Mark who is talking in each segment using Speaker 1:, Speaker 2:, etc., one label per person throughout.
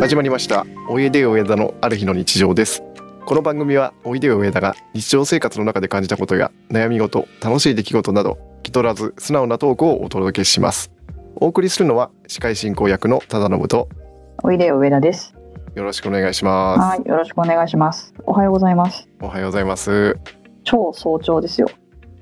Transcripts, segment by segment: Speaker 1: 始まりましたおいでよ上田のある日の日常ですこの番組はおいでよ上田が日常生活の中で感じたことや悩み事楽しい出来事など気取らず素直なトークをお届けしますお送りするのは司会進行役の忠信と
Speaker 2: おいでよ上田です。
Speaker 1: よろしくお願いします
Speaker 2: はい、よろしくお願いします。おはようございます。
Speaker 1: おはようございます
Speaker 2: 超早朝ですよ。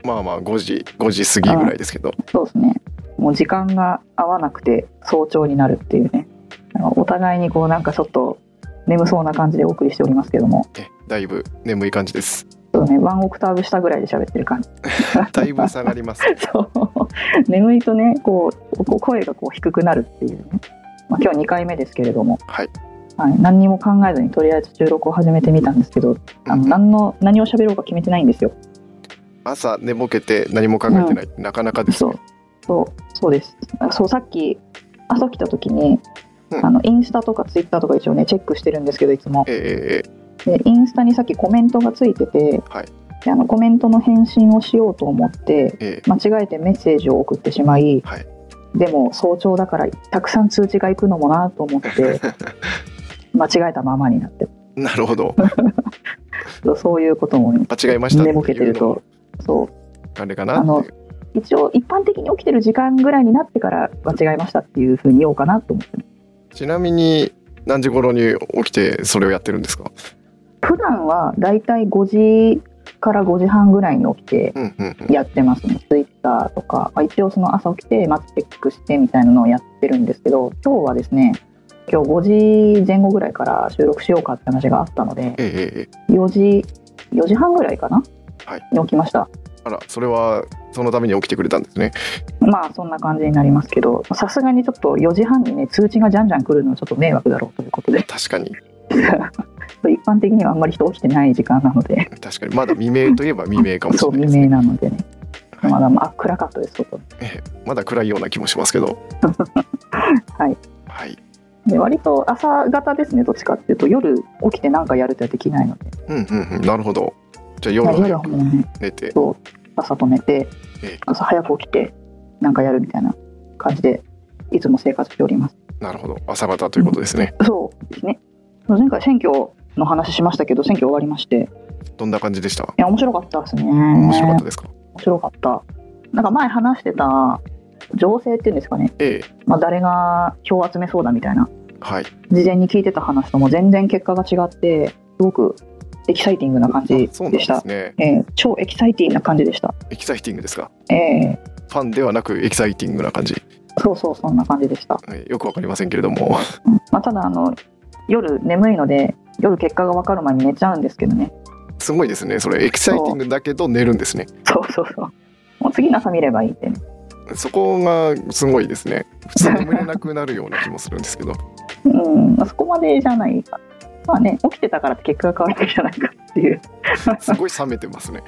Speaker 1: まあまあ5時5時過ぎぐらいですけど
Speaker 2: そうですね。もう時間が合わなくて早朝になるっていうね。なんかお互いにこうなんかちょっと眠そうな感じでお送りしておりますけども、
Speaker 1: えだいぶ眠い感じです
Speaker 2: そうね、ワンオクターブ下ぐらいで喋ってる感じ。
Speaker 1: だいぶ下がります
Speaker 2: そう。眠いとね、こうこう声がこう低くなるっていうね。まあ、今日2回目ですけれども、
Speaker 1: はい、
Speaker 2: はい、何にも考えずにとりあえず収録を始めてみたんですけど、 あの
Speaker 1: うん
Speaker 2: 何の何を喋ろうか決めてないんですよ。
Speaker 1: 朝寝ぼけて何も考えてない、なかなかです
Speaker 2: そ
Speaker 1: ね
Speaker 2: う、そう、そうです。そう、さっき朝起きた時に、
Speaker 1: うん
Speaker 2: あのインスタとかツイッターとか一応ねチェックしてるんですけどいつも。
Speaker 1: え
Speaker 2: でインスタにさっきコメントがついてて、
Speaker 1: はい
Speaker 2: であのコメントの返信をしようと思って
Speaker 1: えええ
Speaker 2: 間違えてメッセージを送ってしまい、
Speaker 1: はい
Speaker 2: でも早朝だからたくさん通知が行くのもなと思って 間違えたままになって
Speaker 1: えなるほど
Speaker 2: そうそういうこともね
Speaker 1: 間違えました
Speaker 2: 寝ぼけてるとそう
Speaker 1: あれかなっていう
Speaker 2: 一応一般的に起きてる時間ぐらいになってから間違えましたっていうふうに言おうかなと思って
Speaker 1: ちなみに何時頃に起きてそれをやってるんですか
Speaker 2: 普段はだいたい5時から5時半ぐらいに起きて
Speaker 1: うんうんうん
Speaker 2: やってますねツイッターとか、まあ、一応その朝起きてまずチェックしてみたいなのをやってるんですけど今日はですね今日5時前後ぐらいから収録しようかって話があったので
Speaker 1: ええええええ
Speaker 2: 4時4時半ぐらいかな、
Speaker 1: はい
Speaker 2: に起きました
Speaker 1: あらそれはそのために起きてくれたんですね
Speaker 2: まあそんな感じになりますけどさすがにちょっと4時半にね通知がじゃんじゃん来るのはちょっと迷惑だろうということで
Speaker 1: 確かに
Speaker 2: 一般的にはあんまり人起きてない時間なので
Speaker 1: 確かにまだ未明といえば未明かもし
Speaker 2: そ
Speaker 1: れ
Speaker 2: う
Speaker 1: ないです、
Speaker 2: 未明なのでね、
Speaker 1: はい
Speaker 2: まだまあ暗かったです外
Speaker 1: まだ暗いような気もしますけど
Speaker 2: はい
Speaker 1: はい
Speaker 2: で割と朝方ですねどっちかっていうと夜起きて何かやるってできないので
Speaker 1: うんうんうんなるほどじゃあ
Speaker 2: まあ
Speaker 1: 夜早
Speaker 2: 夜は
Speaker 1: く
Speaker 2: もうね
Speaker 1: 寝て
Speaker 2: 朝止めて
Speaker 1: ええ
Speaker 2: 朝早く起きて何かやるみたいな感じでいつも生活しております
Speaker 1: なるほど朝方ということですね
Speaker 2: そうですね前回選挙の話しましたけど選挙終わりまして
Speaker 1: どんな感じでした
Speaker 2: いや面白かったですね
Speaker 1: 面
Speaker 2: 面
Speaker 1: 白かったですか
Speaker 2: 白かったなんか前話してた情勢っていうんですかね、
Speaker 1: ええ
Speaker 2: まあ、誰が票を集めそうだみたいな
Speaker 1: はい
Speaker 2: 事前に聞いてた話とも全然結果が違ってすごくエキサイティングな感じ
Speaker 1: そうなん
Speaker 2: で
Speaker 1: で
Speaker 2: した
Speaker 1: すね
Speaker 2: えー超エキサイティングな感じでした、
Speaker 1: エキサイティングですか
Speaker 2: え
Speaker 1: ファンではなくエキサイティングな感じ
Speaker 2: ーそうそうそんな感じでした、
Speaker 1: えーよくわかりませんけれども
Speaker 2: まあ、ただあの夜眠いので夜結果が分かる前に寝ちゃうんですけどね
Speaker 1: すごいですねそれエキサイティングだけど寝るんですね
Speaker 2: そうそうそうもう次の朝見ればいいってね
Speaker 1: そこがすごいですね普通眠れなくなるような気もするんです けど
Speaker 2: うんまあそこまでじゃないまあね起きてたからって結果が変わるわけじゃないかっていう
Speaker 1: すごい冷めてますね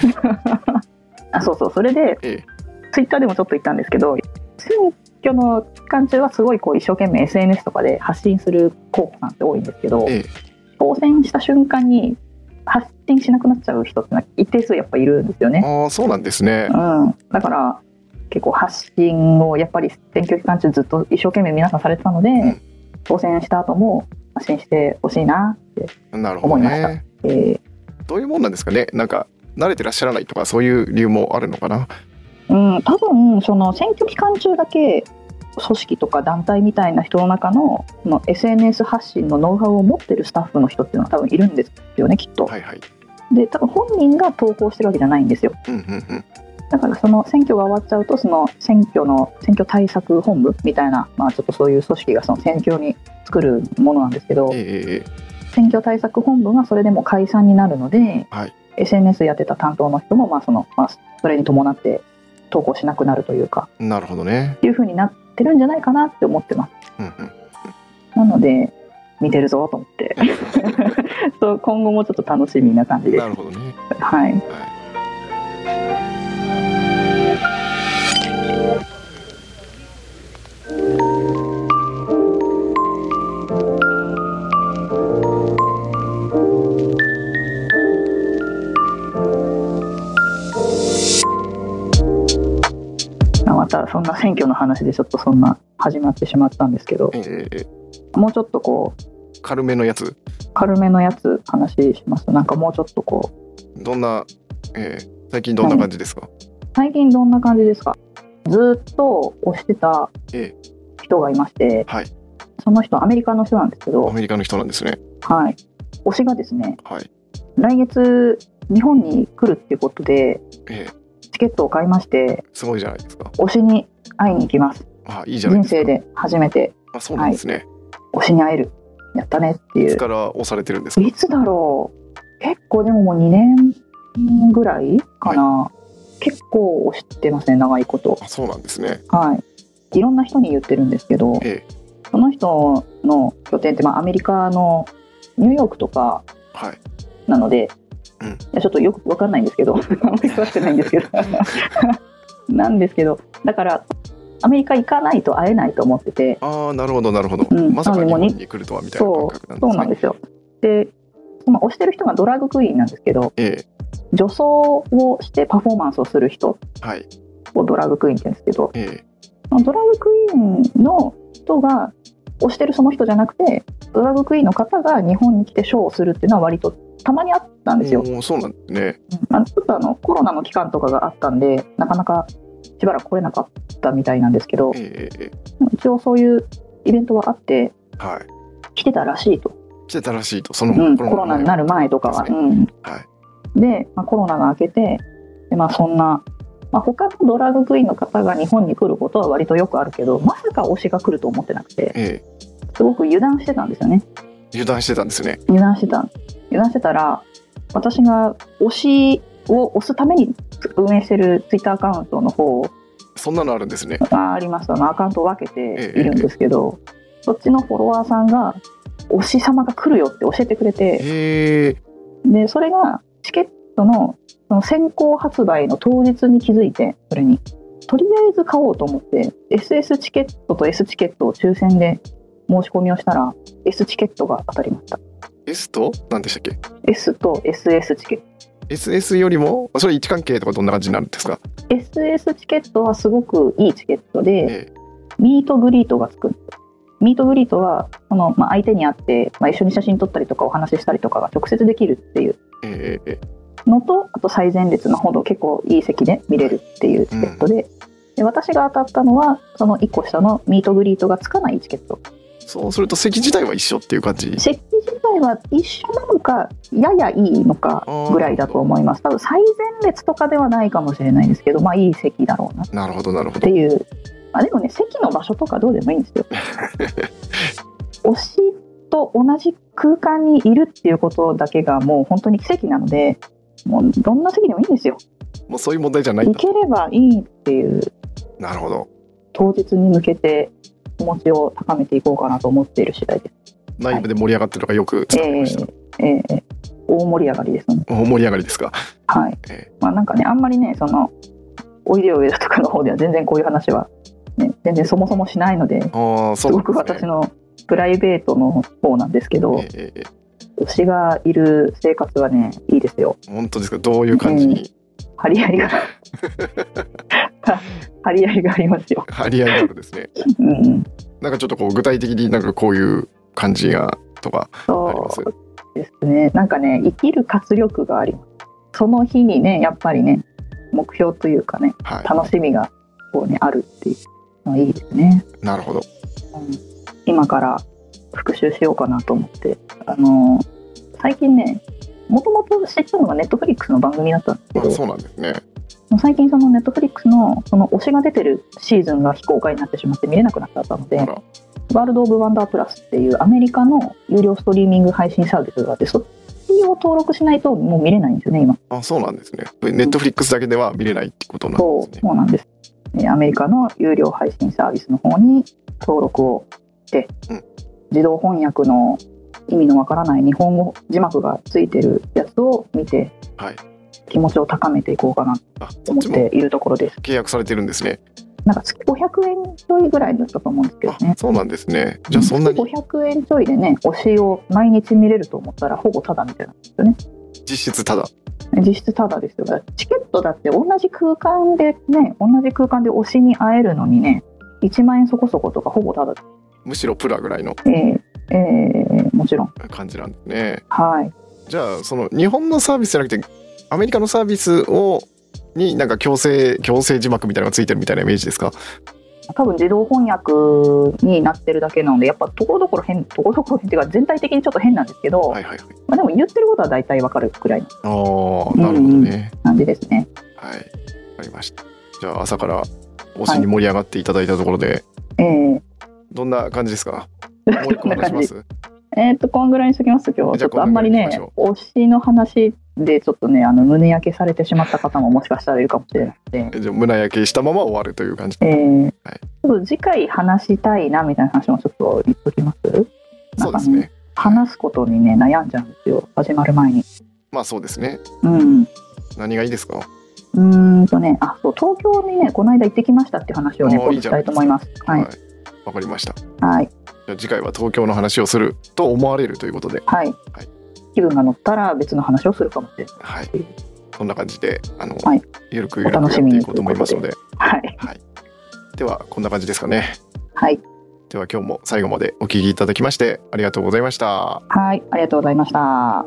Speaker 2: あそうそうそれで
Speaker 1: ええ
Speaker 2: ツイッターでもちょっと言ったんですけど選挙の期間中はすごいこう一生懸命 SNS とかで発信する候補さんって多いんですけど、
Speaker 1: ええ
Speaker 2: 当選した瞬間に発信しなくなっちゃう人ってのは一定数やっぱいるんですよね、
Speaker 1: ああそうなんですね
Speaker 2: うん、だから結構発信をやっぱり選挙期間中ずっと一生懸命皆さんされてたので、
Speaker 1: ん
Speaker 2: 当選した後も発信してほしいなって、
Speaker 1: なるほど
Speaker 2: 思いま
Speaker 1: ね
Speaker 2: えー
Speaker 1: どういうもんなんですかねなんか慣れてらっしゃらないとかそういう理由もあるのかな
Speaker 2: うん、多分その選挙期間中だけ組織とか団体みたいな人の中のその SNS 発信のノウハウを持ってるスタッフの人っていうのは多分いるんですよねきっと。
Speaker 1: はいはい
Speaker 2: で多分本人が投稿してるわけじゃないんですよ。
Speaker 1: うんうん
Speaker 2: だからその選挙が終わっちゃうとその選挙の選挙対策本部みたいな、まあ、ちょっとそういう組織がその選挙に作るものなんですけど
Speaker 1: うんえええええ
Speaker 2: 選挙対策本部がそれでもう解散になるので、
Speaker 1: はい
Speaker 2: SNS やってた担当の人もまあその、まあ、それに伴って投稿しなくなるというか
Speaker 1: えなるほどね
Speaker 2: っていう風になってるんじゃないかなって思ってます
Speaker 1: うんうん
Speaker 2: なので見てるぞと思ってそう今後もちょっと楽しみな感じです
Speaker 1: なるほどね
Speaker 2: はいあまたそんな選挙の話でちょっとそんな始まってしまったんですけど
Speaker 1: ええええええ
Speaker 2: もうちょっとこう
Speaker 1: 軽めのやつ
Speaker 2: 軽めのやつ話しますなんかもうちょっとこう
Speaker 1: どんな、えー最近どんな感じですか、
Speaker 2: 最近どんな感じですかずーっと推してた
Speaker 1: え
Speaker 2: 人がいまして、
Speaker 1: はい
Speaker 2: その人アメリカの人なんですけ
Speaker 1: ア
Speaker 2: ど、
Speaker 1: メリカの人なんですね
Speaker 2: はい、推しがですね
Speaker 1: はい
Speaker 2: 来月日本に来るっていうことで
Speaker 1: えー
Speaker 2: チケットを買いまして
Speaker 1: すごいじゃないですか
Speaker 2: 推しに会いに行きます
Speaker 1: あいいじゃない
Speaker 2: 人
Speaker 1: ですか
Speaker 2: 生で初めて
Speaker 1: あそうなんですね、
Speaker 2: 推しに会えるやったねって
Speaker 1: い、
Speaker 2: い
Speaker 1: つ
Speaker 2: う
Speaker 1: から押されてるんですか
Speaker 2: いつだろう結構でももう2年ぐらいかな、結構推してますね長いこと
Speaker 1: あそうなんですね
Speaker 2: はいいろんな人に言ってるんですけど
Speaker 1: えー
Speaker 2: その人の拠点って、まあ、アメリカのニューヨークとか
Speaker 1: はい
Speaker 2: なので、
Speaker 1: うん
Speaker 2: いやちょっとよくわかんないんですけど あんまり詳しくないんですけど なんですけどだからアメリカ行かないと会えないと思ってて
Speaker 1: ああなるほどなるほど、
Speaker 2: うん
Speaker 1: まさか
Speaker 2: あ
Speaker 1: 日
Speaker 2: でも
Speaker 1: 本
Speaker 2: に
Speaker 1: に来るとはみたいな
Speaker 2: そ
Speaker 1: 感
Speaker 2: う
Speaker 1: 覚なんで
Speaker 2: そう
Speaker 1: す
Speaker 2: なん
Speaker 1: ね
Speaker 2: ですよでその推してる人がドラッグクイーンなんですけど
Speaker 1: え
Speaker 2: 女装をしてパフォーマンスをする人
Speaker 1: ーはい
Speaker 2: をドラッグクイーンって言うんですけど
Speaker 1: えー
Speaker 2: そのドラッグクイーンの人が推してるその人じゃなくてドラッグクイーンの方が日本に来てショーをするっていうのは割とたまにあったんですよ
Speaker 1: おーそうなんですね
Speaker 2: まあ、ちょっとあのコロナの期間とかがあったんでなかなかしばらく来れなかったみたいなんですけど
Speaker 1: えーえーえ
Speaker 2: 一応そういうイベントはあって
Speaker 1: ーはい
Speaker 2: 来てたらしいと、
Speaker 1: 来てたらしいとその、
Speaker 2: うん、コロナにな
Speaker 1: る
Speaker 2: る前とかは。
Speaker 1: ですね
Speaker 2: うん
Speaker 1: は
Speaker 2: で、まあ、コロナが明けてで、まあ、そんな、まあ、他のドラッグクイーンの方が日本に来ることは割とよくあるけどまさか推しが来ると思ってなくて
Speaker 1: え
Speaker 2: すごく油断してたんですよね
Speaker 1: ー油断してたんですね
Speaker 2: 油断してた油断してたら私が推しを推すために運営してるツイッターアカウントの方を
Speaker 1: そんなのあるんですね
Speaker 2: あありますあのアカウントを分けているんですけど、そっちのフォロワーさんが推し様が来るよって教えてくれて
Speaker 1: へえ
Speaker 2: でそれがチケットのその先行発売の当日に気づいてそれにとりあえず買おうと思って SS チケットと S チケットを抽選で申し込みをしたら S チケットが当たりました
Speaker 1: S と何でしたっけ
Speaker 2: S と SS チケット
Speaker 1: SS よりもそれ位置関係とかどんな感じになるんですか
Speaker 2: SS チケットはすごくいいチケットで、
Speaker 1: ええ
Speaker 2: ミートグリートがつくんですミートグリートはその、まあ、相手に会って、まあ、一緒に写真撮ったりとかお話ししたりとかが直接できるっていう
Speaker 1: えええ
Speaker 2: のとあと最前列のほど結構いい席で見れるっていうチケットで,、で私が当たったのはその1個下のミートグリートがつかないチケット
Speaker 1: えそうすると席自体は一緒っていう感じ
Speaker 2: 席自体は一緒なのかややいいのかぐらいだと思います多分最前列とかではないかもしれないですけどまあいい席だろうなっ
Speaker 1: なるほどなるほ
Speaker 2: て
Speaker 1: ど
Speaker 2: いう、まあ、でもね席の場所とかどうでもいいんです よ推しと同じ空間にいるっていうことだけがもう本当に奇跡なのでもうどんな席でもいいんですよ
Speaker 1: もうそういう問題じゃないん
Speaker 2: 行
Speaker 1: だ
Speaker 2: ければいいっていう
Speaker 1: なるほど
Speaker 2: 当日に向けて気持ちを高めていこうかなと思っている次第です
Speaker 1: 内部で盛り上がってるのがよく伝わりました、
Speaker 2: えーえー大盛り上がりですね
Speaker 1: お盛り上がりですか
Speaker 2: はい
Speaker 1: ええ
Speaker 2: まあなんかねあんまりねそのおいでよいでよとかの方では全然こういう話は、ね、全然そもそもしないので
Speaker 1: ああそ
Speaker 2: す
Speaker 1: うな
Speaker 2: ご
Speaker 1: んで
Speaker 2: く
Speaker 1: す、ね、
Speaker 2: 私のプライベートの方なんですけど、
Speaker 1: ええええ
Speaker 2: 推しがいる生活はねいいですよ
Speaker 1: ええ本当ですかどういう感じに
Speaker 2: 張り 合いが張り合いがありますよ、
Speaker 1: 張り合いがあるんですね
Speaker 2: うんうん、
Speaker 1: なんかちょっとこう具体的になんかこういう感じがとかあります
Speaker 2: そうですねなんかね生きる活力がありますその日にねやっぱりね目標というかね
Speaker 1: は
Speaker 2: 楽しみがこうねあるっていうのはいいですね、
Speaker 1: いなるほど
Speaker 2: うん、今から復習しようかなと思ってあの最近ねもともと知ったのがネットフリックスの番組だったんですけ
Speaker 1: あ
Speaker 2: ど
Speaker 1: そうなんですね
Speaker 2: 最近そのネットフリックスのその推しが出てるシーズンが非公開になってしまって見れなくなっちゃったので
Speaker 1: あら
Speaker 2: ワールド・オブ・ワンダープラスっていうアメリカの有料ストリーミング配信サービスがあってそっちを登録しないともう見れないんですよね今
Speaker 1: あそうなんですね。ネットフリックスだけでは見れないってことなん
Speaker 2: そ
Speaker 1: です
Speaker 2: う
Speaker 1: ね。
Speaker 2: そうなんですえーアメリカの有料配信サービスの方に登録をして、
Speaker 1: うん
Speaker 2: 自動翻訳の意味のわからない日本語字幕がついてるやつを見て、
Speaker 1: はい
Speaker 2: 気持ちを高めていこうかなと
Speaker 1: あそっ
Speaker 2: 思っ
Speaker 1: ちも
Speaker 2: ているところです
Speaker 1: 契約されてるんですね。
Speaker 2: なんか月500円ちょいぐらいだったと思うんですけど
Speaker 1: あ
Speaker 2: ね
Speaker 1: そうなんですね。じゃあそんなに
Speaker 2: 月500円ちょいでね推しを毎日見れると思ったらほぼタダみたいな
Speaker 1: 実質ただ。
Speaker 2: 実質タダですよチケットだって同じ空間でね同じ空間で推しに会えるのにね1万円そこそことかほぼタダで
Speaker 1: むしろプラぐらいの。
Speaker 2: えええーもちろん。
Speaker 1: 感じなんですね。
Speaker 2: はい。
Speaker 1: じゃあその日本のサービスじゃなくてアメリカのサービスをになんか強制強制字幕みたいなのがついてるみたいなイメージですか。
Speaker 2: 多分自動翻訳になってるだけなので、やっぱところどころ変、ところどころ変っていうか全体的にちょっと変なんですけど、
Speaker 1: はいはいはい。
Speaker 2: まあ、でも言ってることは大体わかるくらいの
Speaker 1: ああなるほどね。
Speaker 2: 感じですね。
Speaker 1: はい。わかりました。じゃあ朝から推しに盛り上がっていただいたところで、
Speaker 2: えー
Speaker 1: どんな感じですか。もう一個話し ます。
Speaker 2: えーっと、こんぐらいにしときます、今日は。
Speaker 1: じ
Speaker 2: ち
Speaker 1: ゃあ
Speaker 2: ょっとあんまり
Speaker 1: こんぐらいに
Speaker 2: ね
Speaker 1: しまし、
Speaker 2: 推しの話でちょっとね、あの胸焼けされてしまった方ももしかしたらいるかもしれなくて、
Speaker 1: じゃあ胸焼けしたまま終わるという 感じ。
Speaker 2: えー
Speaker 1: はい
Speaker 2: ちょっと次回話したいなみたいな話もちょっと言っときます。
Speaker 1: そうですね。
Speaker 2: 話すことにね、悩んじゃうんですよ、始まる前に。
Speaker 1: まあそうですね。
Speaker 2: うん
Speaker 1: 何がいいですか。
Speaker 2: うーんとね、あ、そう、東京にね、この間行ってきましたっていう話をね、
Speaker 1: おー
Speaker 2: 今度したいと思います。は
Speaker 1: はい
Speaker 2: い、。
Speaker 1: わかりました。
Speaker 2: はい、
Speaker 1: じゃあ次回は東京の話をすると思われるということで、
Speaker 2: はい。気分が乗ったら、別の話をするかもしれない。
Speaker 1: はい。そんな感じで、あの、
Speaker 2: はい
Speaker 1: ゆるく
Speaker 2: お
Speaker 1: ゆるくや
Speaker 2: 楽
Speaker 1: って
Speaker 2: しみに
Speaker 1: いこうと思いますので、
Speaker 2: はい、
Speaker 1: ではこんな感じですかね。
Speaker 2: はい、
Speaker 1: では今日も最後までお聞きいただきましてありがとうございました。
Speaker 2: はい、ありがとうございました。